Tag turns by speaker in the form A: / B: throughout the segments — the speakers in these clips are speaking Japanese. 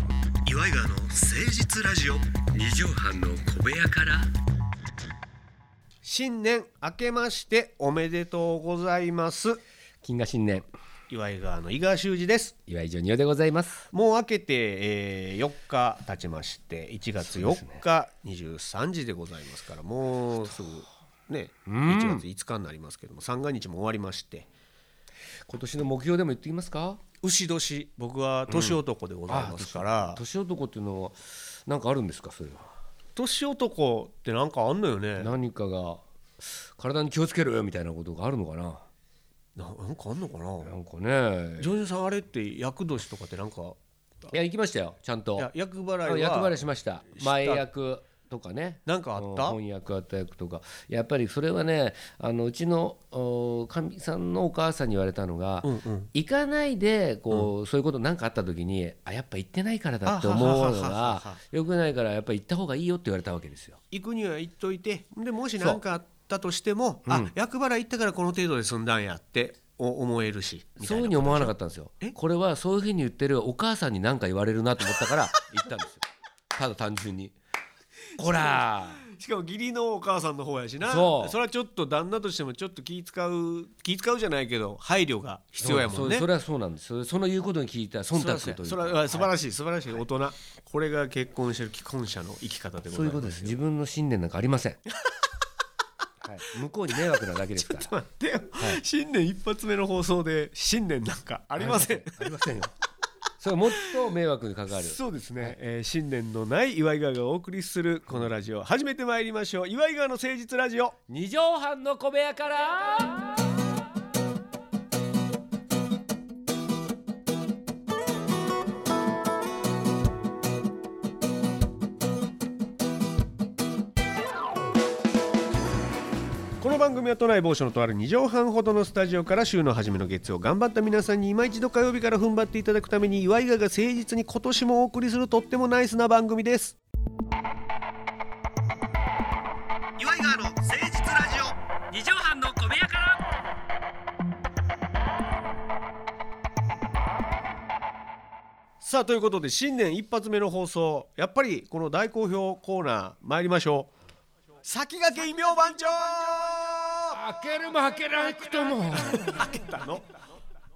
A: イガーの誠実ラジオ
B: 二畳半の小部屋から
C: 新年明けましておめでとうございます
B: 金河新年
C: 岩井川の井川修司です
B: 岩井ジョニオでございます
C: もう明けて、えー4日経ちまして1月4日、23時でございますからもうすぐね1月5日になりますけども三が日も終わりまして
B: 今年の目標でも言ってきますか
C: 牛年僕は年男でございますから、
B: 年男っていうのはなんかあるんですかそれは
C: 年男ってなんかあんのよねな
B: 何かが体に気をつけるみたいなことがあるのかな
C: なんかあんのかな
B: なんかね
C: ジョニオさんあれって厄年とかってなんか
B: いや行きましたよちゃん
C: い
B: と
C: や厄払い
B: あ
C: は
B: 役払いしました
C: した
B: 前役とかね
C: なんかあった
B: 翻訳あった役とかやっぱりそれはねあのうちのおかみさんのお母さんに言われたのが、
C: うんうん
B: 行かないでこう、そういうことなんかあった時にあやっぱ行ってないからだって思
C: あは
B: う
C: は
B: の
C: ははは
B: がよくないからやっぱ行った方がいいよって言われたわけですよ。
C: 行くには行っといてでもし何かあったとしても、あ厄払い行ったからこの程度で済んだんやってお思えるしみた
B: そう
C: い
B: いうふう
C: な
B: に思わなかったんですよ
C: え。
B: これはそういうふうに言ってるお母さんに何か言われるなと思ったから行ったんですよ。ただ単純に。こら
C: しかも義理のお母さんの方やしな
B: そう
C: れはちょっと旦那としてもちょっと気使う気使うじゃないけど配慮が 必要やもんね
B: そうそれはそうなんですそれその言うことに聞いた忖度というか
C: それは素晴らしい、素晴らしい大人、これが結婚してる既婚者の生き方でござ
B: そう
C: い
B: い
C: う
B: こ
C: ま
B: と
C: す
B: です。自分の信念なんかありません。 はい、向こうに迷惑なだけですから。
C: 待ってよ、新年一発目の放送で新年なんか ありません
B: ありませんよ。それはもっと迷惑にかかる。
C: そうですね、えー新年のない岩井川がお送りするこのラジオ始めてまいりましょう岩井川の誠実ラジオ
B: 二畳半の小部屋から。
C: この番組は都内某所のとある2畳半ほどのスタジオから週の初めの月曜頑張った皆さんに今一度火曜日から踏ん張っていただくために岩井川が誠実に今年もお送りするとってもナイスな番組です岩井川の誠実ラジオ
B: 二畳半の小部屋から。
C: さあということで新年一発目の放送やっぱりこの大好評コーナー参りましょう先駆け異名番長
B: 開けるも開けなくとも。
C: 開けたの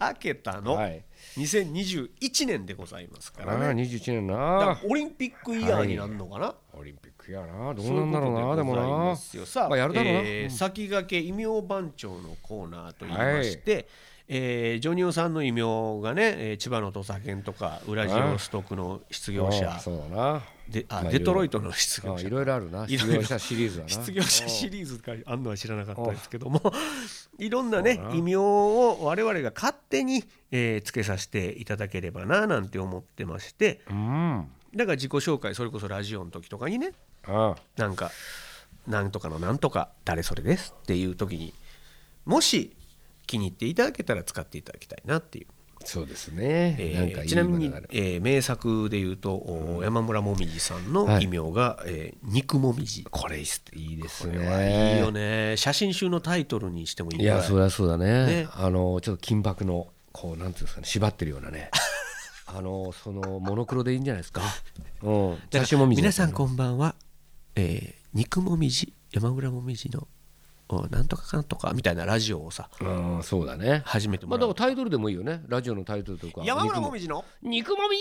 C: 開けたの、
B: はい。
C: 2021年でございますか
B: あ
C: ら
B: あ、
C: ね
B: 二十一年
C: だから
B: な。
C: オリンピックイヤーになるのかな、
B: オリンピックやな。ど
C: そう
B: う
C: い
B: なんだろうな。で
C: こ
B: も
C: とございま
B: な。
C: すよさあ、
B: まあやるだろうな
C: えー
B: うん
C: 先駆け異名番長のコーナーと言いまして、えージョニオさんの異名がね、えー千葉の土佐犬とかウラジオストクの失業
B: ああ
C: 者
B: そうだな。
C: であ
B: まあ
C: デトロイトの失業
B: ああ
C: 者
B: いろいろある
C: いろ
B: な。
C: い
B: 失
C: ろ
B: 業者シリーズだな。
C: 失業者シリーズがあんのは知らなかったですけども いろんなね
B: そうだな
C: 異名を我々が勝手に、えーつけさせていただければななんて思ってまして
B: うん。あ
C: だから自己紹介それこそラジオの時とかにね
B: あ。
C: なんか「なんとかのなんとか誰それです」っていう時にもし気に入っていただけたら使っていただきたいなっていう。
B: そうですね。
C: えー
B: なんかいい
C: ちなみ
B: も
C: に
B: のがある、
C: えー名作でいうと、お山村もみじさんの
B: はい
C: 異名が、えー肉もみじ
B: これいいっすいいですね。
C: これはいいよね写真集のタイトルにしてもいい
B: い
C: ぐら
B: やそりゃそうだね
C: ね
B: あのちょっと金箔のこうなんていうんですかね縛ってるよう なねあのそのモノクロでいいんじゃないですかうん
C: だか
B: 写真
C: ら
B: も見
C: 皆さんこんばんは、えー肉もみじ山村もみじのおなんとかかんとかみたいなラジオをさ
B: うんそうだね
C: 始めて
B: ま
C: も
B: あ
C: ら
B: だか
C: う
B: ら、タイトルでもいいよねラジオのタイトルとか
C: 山村も
B: み
C: みじの
B: 肉 もみ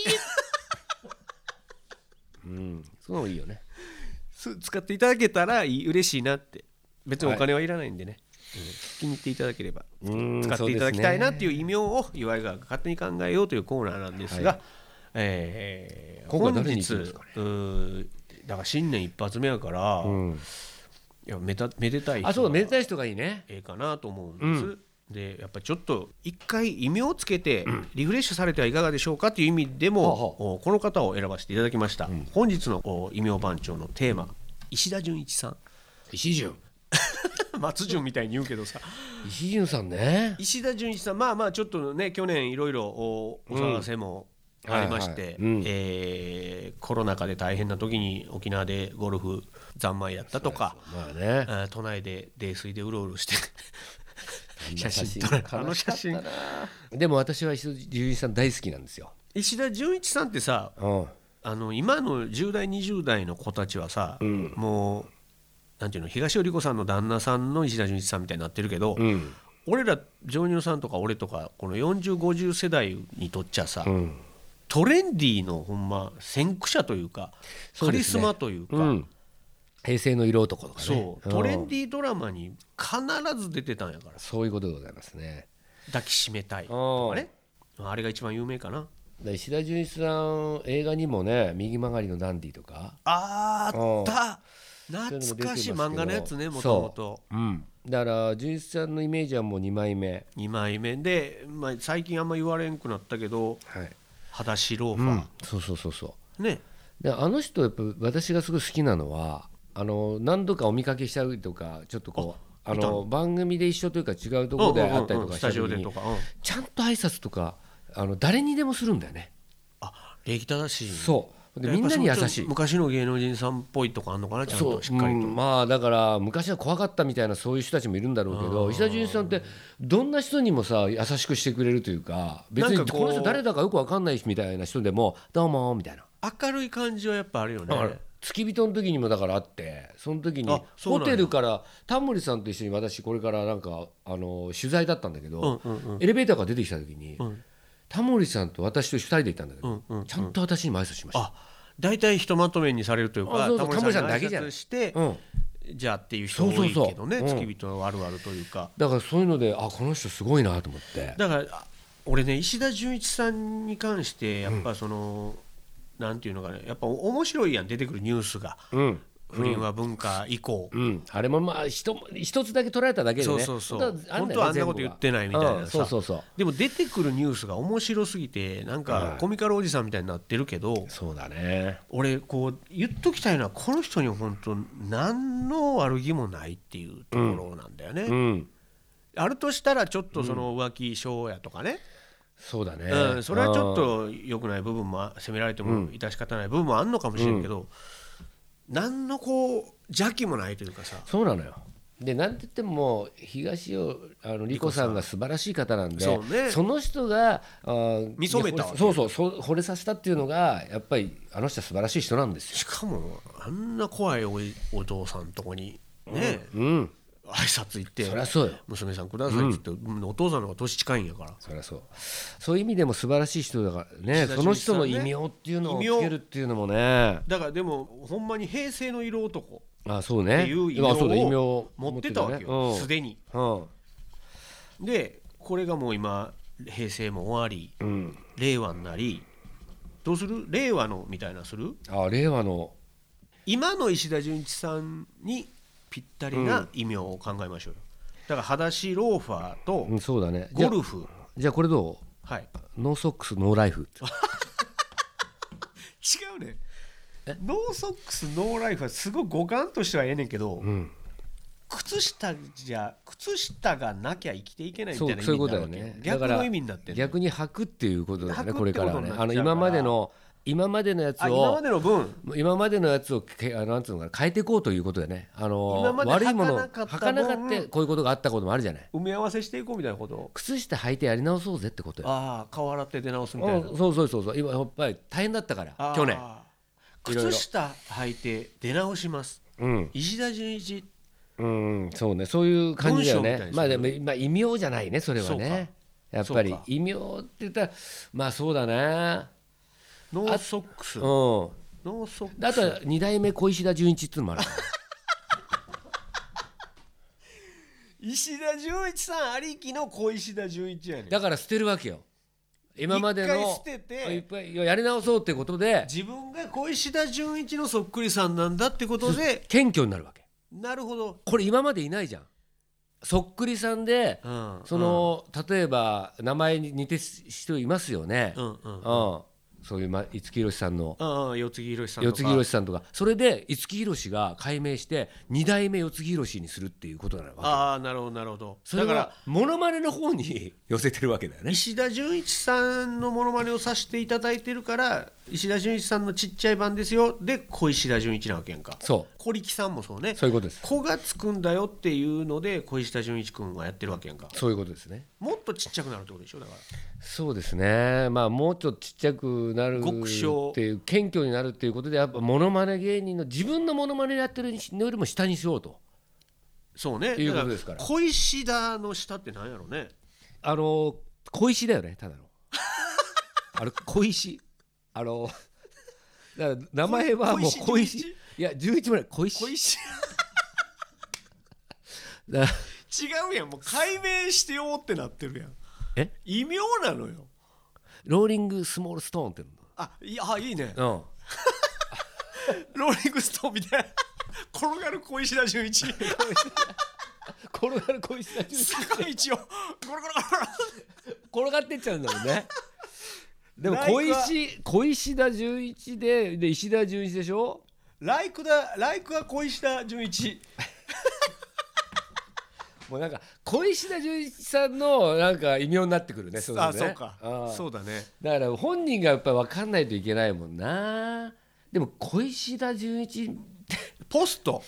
B: うんその方がいいよね
C: す使っていただけたらいい嬉しいなって別にお金はいらないんでね、うん気に入っていただければ
B: うん
C: 使っていただきたいなって
B: いう
C: いう異名を岩井川が勝手に考えようというコーナーなんですが、えー
B: 今回
C: 本
B: 誰に
C: 日
B: 行くんですかね
C: うーだから新年一発目やから、
B: う
C: い
B: ん
C: やめためでたい人が
B: あそうだめでたい人がいいね
C: ええかなと思うんです。でやっぱちょっと一回異名をつけてリフレッシュされてはいかがでしょうかという意味で
B: はあは
C: も、おこの方を選ばせていただきました、本日のお異名番長のテーマ石田純一 さん
B: 石潤
C: 松潤みたいに言うけどさ
B: 石潤さんね
C: 石田純一さんまあまあちょっとね去年いろいろおお騒がせもありまして、
B: はいはいうん
C: えーコロナ禍で大変な時に沖縄でゴルフ三昧やったとか、
B: まあね
C: あー都内で泥酔でうろうろして写真撮
B: 悲し
C: ら
B: い
C: れあの写真
B: でも私は石田純一さん大好きなんですよ
C: 石田純一さんってさ
B: うん
C: あの今の10代20代の子たちはさ、
B: うん
C: もうなんていうの東尾理子さんの旦那さんの石田純一さんみたいになってるけど、
B: うん
C: 俺らジョニオさんとか俺とかこの4050世代にとっちゃさ、
B: うん
C: トレンディーのほんま先駆者というか
B: そう
C: カ
B: で
C: リ
B: す
C: ス
B: ね
C: マというか。
B: うん平成の色男とかね
C: そう、
B: ん
C: トレンディードラマに必ず出てたんやから
B: そういうことでございますね
C: 抱きしめたいと
B: あ
C: かねあれが一番有名かな
B: で石田純一さん映画にもね右曲がりのダンディとか
C: あーあった
B: そういうのも出
C: 懐
B: てま
C: か
B: す
C: し
B: け
C: い
B: ど
C: 漫画のやつねもともと
B: うんだから純一さんのイメージはもう2枚目
C: 2枚目で、まあ、最近あんま言われんくなったけど
B: はい、
C: 裸足ローフ
B: う
C: ァ
B: ん
C: ー、、
B: そうそうそうそう
C: ね
B: であの人やっぱ私がすごい好きなのはあの何度かお見かけしたりとかちょっとこうあ
C: いたの
B: の番組で一緒というか違うところで
C: うんうんうん
B: 会ったりとか
C: ス
B: した
C: タジ
B: 時
C: オで
B: に
C: とか、うん
B: ちゃんと挨拶とかあの誰にでもするんだよね
C: あ礼儀正しい
B: そうで
C: やっ
B: みん
C: ぱ
B: なに優
C: そのち
B: し
C: ょっ
B: い
C: と昔の芸能人さんっぽいとかあんのかなちゃんとしっかりと、
B: うんまあだから昔は怖かったみたいなそういう人たちもいるんだろうけど石田純一さんってどんな人にもさ優しくしてくれるというか別
C: な
B: に
C: んかこ
B: こ
C: う
B: の人誰だかよく分かんないしみたいな人でも「どうも」みたいな。
C: 明るい感じはやっぱあるよね
B: 付き人の時にもだからあってその時に
C: あそうな
B: ホ
C: んや
B: テルからタモリさんと一緒に私これからなんかあの取材だったんだけ
C: うん
B: ど、
C: うんうん
B: エレベーターから出てきた時に、
C: うん
B: タモリさんと私と2人で行ったんだけど、
C: うんうんうん
B: ちゃんと私にも挨拶しました。
C: あ大体ひとまとめにされるというか
B: あそうそう
C: タモリさん
B: タモリさんだけ
C: に
B: じゃ
C: 挨
B: ない
C: 拶して、
B: うん
C: じゃあっていう人多
B: そう
C: い
B: そうそう
C: けどね
B: うん
C: 付き人はあるあるというか
B: だからそういうのであこの人すごいなと思って
C: だからあ俺ね石田純一さんに関してやっぱその、なんていうのかねやっぱ面白いやん出てくるニュースが
B: うん
C: 不倫は文化以降、
B: うん、あれもまあ一も一つだけ取られただけでね
C: そうそうそう
B: 本当はあんだ
C: 本当は
B: よね
C: あんな
B: 全部
C: こと言ってないみたいなさ
B: うんそうそうそう
C: でも出てくるニュースが面白すぎてなんかコミカルおじさんみたいになってるけど、
B: そうだね
C: 俺こう言っときたいのはこの人に本当何の悪気もないっていうところなんだよね。
B: うん
C: あるとしたらちょっとその浮気症やとかね、
B: そうだね、
C: うん、それはちょっと良くない部分も責められても致し方ない部分もあんのかもしれんけど、何のこう邪気もないというかさ
B: そうなのよでなんて言っても東尾あの莉子さんが素晴らしい方なんで
C: そうね
B: の人があー
C: 見初めたわけ
B: そうそうそう惚れさせたっていうのがやっぱりあの人は素晴らしい人なんですよ
C: しかもあんな怖いおいお父さんとこにね、
B: うん
C: 挨拶行って
B: そりゃそうよ
C: 「娘さんください」って言って、お父さんの方が年近いんやから
B: そりゃそうそういう意味でも素晴らしい人だからね
C: 石田純一さんね
B: その人の異名っていうのを
C: 異名
B: つけるっていうのもね
C: だからでもほんまに平成の色男
B: あそう
C: っ
B: ね
C: ていう異
B: あそうだ異
C: 名
B: 名
C: を
B: を
C: 持ってたわけよす
B: ね
C: で、に。
B: うんうん
C: でこれがもう今平成も終わり
B: うん、
C: 令和になりどうする令和のみたいなする
B: あ令和の
C: 今の石田純一さんにぴったりな異名を考えましょうよ、だから裸足ローファーと
B: うんそうだねじゃ
C: ゴ
B: あ
C: ルフ
B: じゃあこれどう
C: はい
B: ノーソックスノーライフ
C: 違うねノーソックスノーライフはすごい五感としてはええねんけど、
B: ん
C: 靴下じゃ靴下がなきゃ生きていけないみ
B: そ
C: た
B: う
C: いな意
B: そう
C: 味
B: い
C: にな
B: うこと
C: る
B: だよ
C: わけよ
B: ね
C: 逆
B: だか
C: の
B: ら
C: 意味になってる
B: 逆に履くっていうことだよね
C: 履く
B: これからは
C: って
B: ね
C: こと
B: あの
C: になっちゃうから
B: 今までの今までのやつ
C: あ今ま
B: を
C: での分
B: 今までのやつをけあのなんつうのかな変えていこうということでねあ
C: 今
B: の
C: まで
B: 悪いもの
C: 履かなかった
B: 履かなかっ
C: 分
B: たこういうことがあったこともあるじゃない
C: 埋め合わせしていこうみたいなこと
B: 靴下履いてやり直そうぜってことよ
C: ああ顔洗って出直すみた
B: う
C: いなん
B: そうそうそうそう今やっぱり大変だったから去年
C: あー
B: いろいろ
C: 靴下履いて出直します
B: うん
C: 石田純一
B: うんそうねそういう感じだよ
C: 文章みたいに
B: ねまあ
C: す
B: で
C: る
B: も、まあ、異名じゃないねそれは
C: そうか
B: ねやっぱ
C: そ
B: り
C: うか
B: 異名って言ったらまあそうだな
C: ノーソックス
B: うん
C: ノ
B: あ
C: ーソックス
B: とは二代目小石田純一っていう のもある
C: 石田純一さんありきの小石田純一やねん
B: だから捨てるわけよ今までの
C: 一回捨てて
B: いっぱいやり直そうってことで
C: 自分が小石田純一のそっくりさんなんだってことで
B: 謙虚になるわけ
C: なるほど、
B: これ今までいないじゃんそっくりさんで
C: うん
B: そ、の、例えば名前に似てる人いますよね、
C: うんうんうん
B: うんそういう、ま、五木ひろしさんの
C: ああ四木ひろしさんと
B: 四
C: か
B: 木ひろしさんとかそれで五木ひろしが改名して二代目四木ひろしにするっていうことなのわけ
C: ああなるほどなるほど
B: それ
C: だか
B: かららモノマネの 方に寄せてるわけだよね
C: 石田純一さんのモノマネをさせていただいてるから石田純一さんのちっちゃい版ですよで小石田純一なわけやんか
B: そ
C: 小力さんもそうね
B: うそういうことです
C: 子がつくんだよっていうので小石田純一君はやってるわけやんか
B: そういうことですね
C: もっとちっちゃくなるってことでしょだか
B: そうですねまあもうちょっとちっちゃくなる
C: 極小
B: っていう謙虚になるっていうことでやっぱモノマネ芸人の自分のモノマネやってるのよりも下にしようと
C: らそうね
B: いうことですから
C: だ小石田の下ってなんやろうね
B: あの小石だよねただ のあれ小石あのだから名前はもう
C: 小
B: 小
C: 石
B: 石いや11まで小石
C: 小石
B: だ
C: 違うやんもう解明してようってなってるやん
B: え
C: 異名なのよ
B: ローリングスモールストーンって言う
C: あいやあいいね
B: のうん
C: ローリングストーンみたいな 転がる小石田純一
B: 転がる小石だ
C: 坂道をゴロゴロゴロ
B: 転がってっちゃうんだもんねでも
C: ライク
B: 小
C: は
B: 石小石田純一でで石田純一でしょ
C: ライクだライクは小石田純一
B: もうなんか小石田純一さんのなんか異名になってくるねそれね
C: あそうか
B: ん
C: そうだね
B: だから本人がやっぱり分かんないといけないもんなでも小石田純一
C: ポスト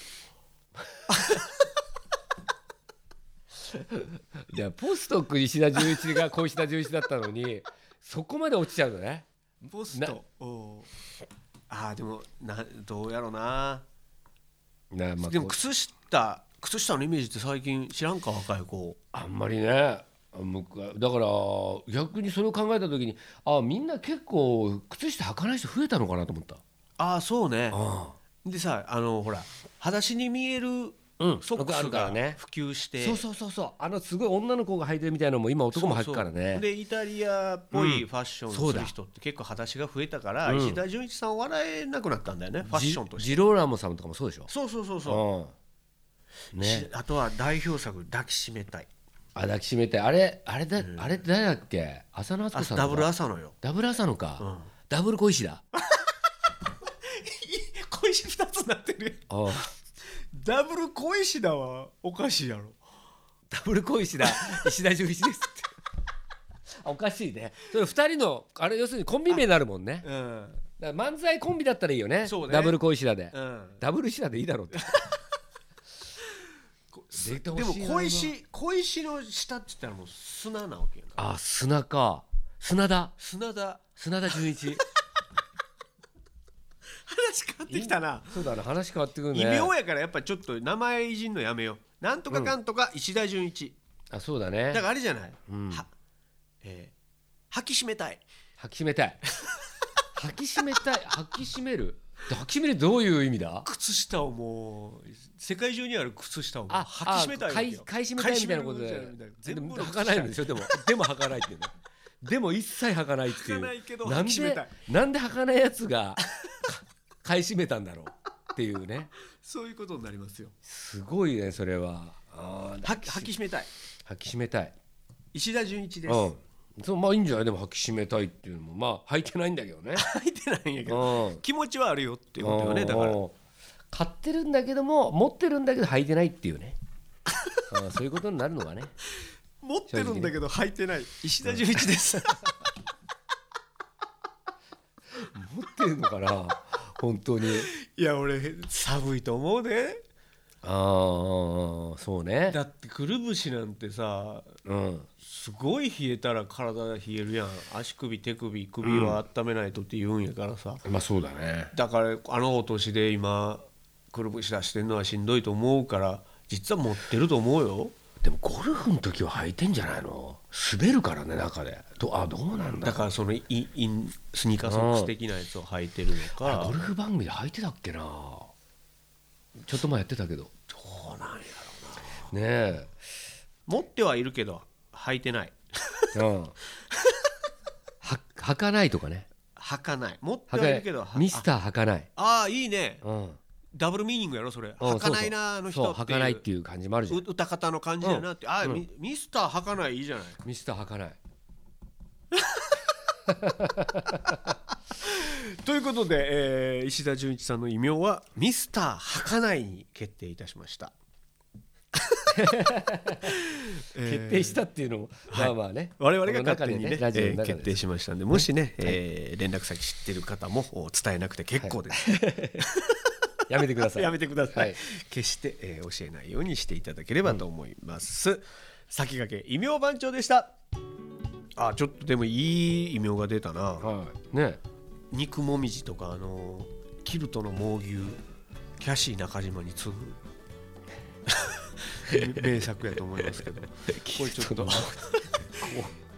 B: いやポストック石田純一が小石田純一だったのにそこまで落ちちゃうのね
C: ポス
B: な
C: トおーあーでもなどうやろうな
B: なまあ
C: でも靴下靴下のイメージって最近知らんか若い子
B: あんまりねむくだから逆にそれを考えた時にあみんな結構靴下履かない人増えたのかなと思った
C: ああそうね
B: あ
C: でさあのほら裸足に見える
B: うん
C: ソック
B: よくあ
C: ス
B: るから
C: が
B: ね
C: 普及して
B: そうそうそうそうあのすごい女の子が履いてるみたいなのも今男も履くか
C: そ
B: ら
C: うそう
B: ね
C: でイタリアっぽいファッション
B: そ
C: を
B: う
C: す
B: だ
C: る人って結構裸足が増えたから、
B: うん
C: 石田純一さん笑えなくなったんだよねファッションとして
B: ジジローラモさんとかもそうでしょ、
C: そうそうそうそう
B: ん、
C: う、
B: ね
C: しあとは代表作「抱きしめたい
B: あ抱きしめてあれあれだ、あれ誰だっけ浅野」敦
C: あ
B: 子さん
C: ダ
B: とか
C: ブル朝のよ
B: ダブル浅野か、
C: うん
B: ダブル小石だ
C: 小石2つになってる
B: うん
C: ダブル小石だわおかしいやろ
B: ダブル小石だ石田純一ですってあおかしいねそれ二人のあれ要するにコンビ名になるもんね
C: うん
B: だから漫才コンビだったらいいよね
C: そうね
B: ダブル小石だで、
C: うん
B: ダブル石田でいい だろうって出て
C: で
B: ほしい
C: も
B: な
C: 小石小石の下って言ったらもう砂なわけやんか
B: あ砂か砂田
C: 砂だ
B: 砂田純 一
C: 話変わってきたな
B: そうだね話変わってくるね
C: 異名やからやっぱちょっと名前いじんのやめようなんとかかんとか石田純一、
B: あそうだね
C: だからあれじゃない、
B: うん
C: はえー吐きしめたい
B: 履きしめたい履きしめたい履きしめる履きしめるどういう意味だ
C: 靴下をもう世界中にある靴下をもう
B: あ
C: 吐きしめたいわけ
B: 買い
C: よ
B: 買い占めたいみたいなこと
C: 買
B: で
C: い占めるもんじゃないみたいな全部の
B: 履かないんでしょでもでも履かないっていうねでも一切履かないっていう
C: 履かないけど
B: な
C: 履
B: ん
C: きしめた
B: で
C: い
B: なんで履かないやつが 買い占めたんだろうっていうね
C: そういうことになりますよ
B: すごいねそれはあー
C: 吐き吐きしめたい
B: 履きしめたい
C: 石田純一です、
B: うんそうまあいいんじゃないでも履きしめたいっていうのもまあ履いてないんだけ どね
C: 吐いてないんやけ
B: う
C: ど
B: ん
C: 気持ちはあるよっていうことよねだから
B: うん買ってるんだけども持ってるんだけど履いてないっていうねうん そういうことになるのがね
C: 持ってるんだけど履いてない石田純一です、
B: 持ってるのかな本当に
C: いや俺寒いと思うで
B: ああそうね
C: だってくるぶしなんてさ
B: うん
C: すごい冷えたら体が冷えるやん足首手首首は温めないとって言うんやからさ、
B: まあそうだね
C: だからあのお年で今くるぶし出してんのはしんどいと思うから実は持ってると思うよ
B: でもゴルフの時は履いてんじゃないの滑るからね中でどあどうなんだ
C: だからそのインインスニーカーソックス的なやつを履いてるのか
B: ゴルフ番組で履いてたっけなちょっと前やってたけど
C: そうなんや
B: ねえ
C: 持ってはいるけど履いてない
B: うんは履かないとかね
C: 履かない持って
B: 履
C: は
B: か
C: い
B: な
C: るけど
B: いミス
C: ー
B: ター履かない
C: ああいいね
B: うん
C: ダブルミーニングやろそれ
B: うん
C: 履かないなあの人
B: そう
C: っ
B: そう
C: て
B: 履かないっていう感じもあるじゃん
C: う歌方の感じやなって、ああ、
B: うん
C: ミミスター履かないいいじゃない
B: ミスター履かない
C: ということで、えー石田 純一さんの異名はミスター履かないに決定いたしました
B: 決定したっていうのも、まあまあね、
C: 我々が
B: この中
C: 勝
B: で
C: 手にね
B: ラジオの
C: えー
B: 中で
C: 決定しましたんでもしね、えー連絡先知ってる方もお伝えなくて結構です、
B: やめてください
C: やめてください、
B: はい
C: 決して、えー教えないようにしていただければと思います、先駆け異名番長でしたあちょっとでもいい異名が出たな、
B: はいね
C: 肉もみじとかあのーキルトの猛牛キャシー中島に次ぐ名作やと思いますけどこれちょ っと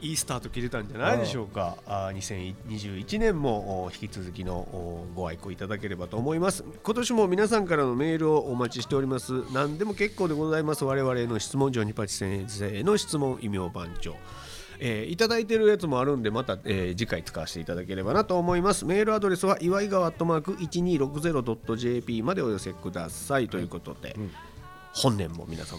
C: いいスタート切れたんじゃないでしょうか、あー2021年もお引き続きのおご愛顧いただければと思います今年も皆さんからのメールをお待ちしております何でも結構でございます我々への質問ジョニパチ先生への質問異名番長えーいただいてるやつもあるんでまた、えー次回使わせていただければなと思いますメールアドレスは祝いがわっとマーク 1260.jp までお寄せくださいということで、本年も皆様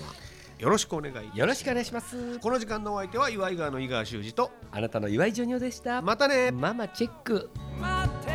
C: よろしくお願いいたします
B: よろしくお願いします
C: この時間のお相手は岩井川の井川修司と
B: あなたの岩井ジョニオでした
C: またね
B: ママチェック
D: 待って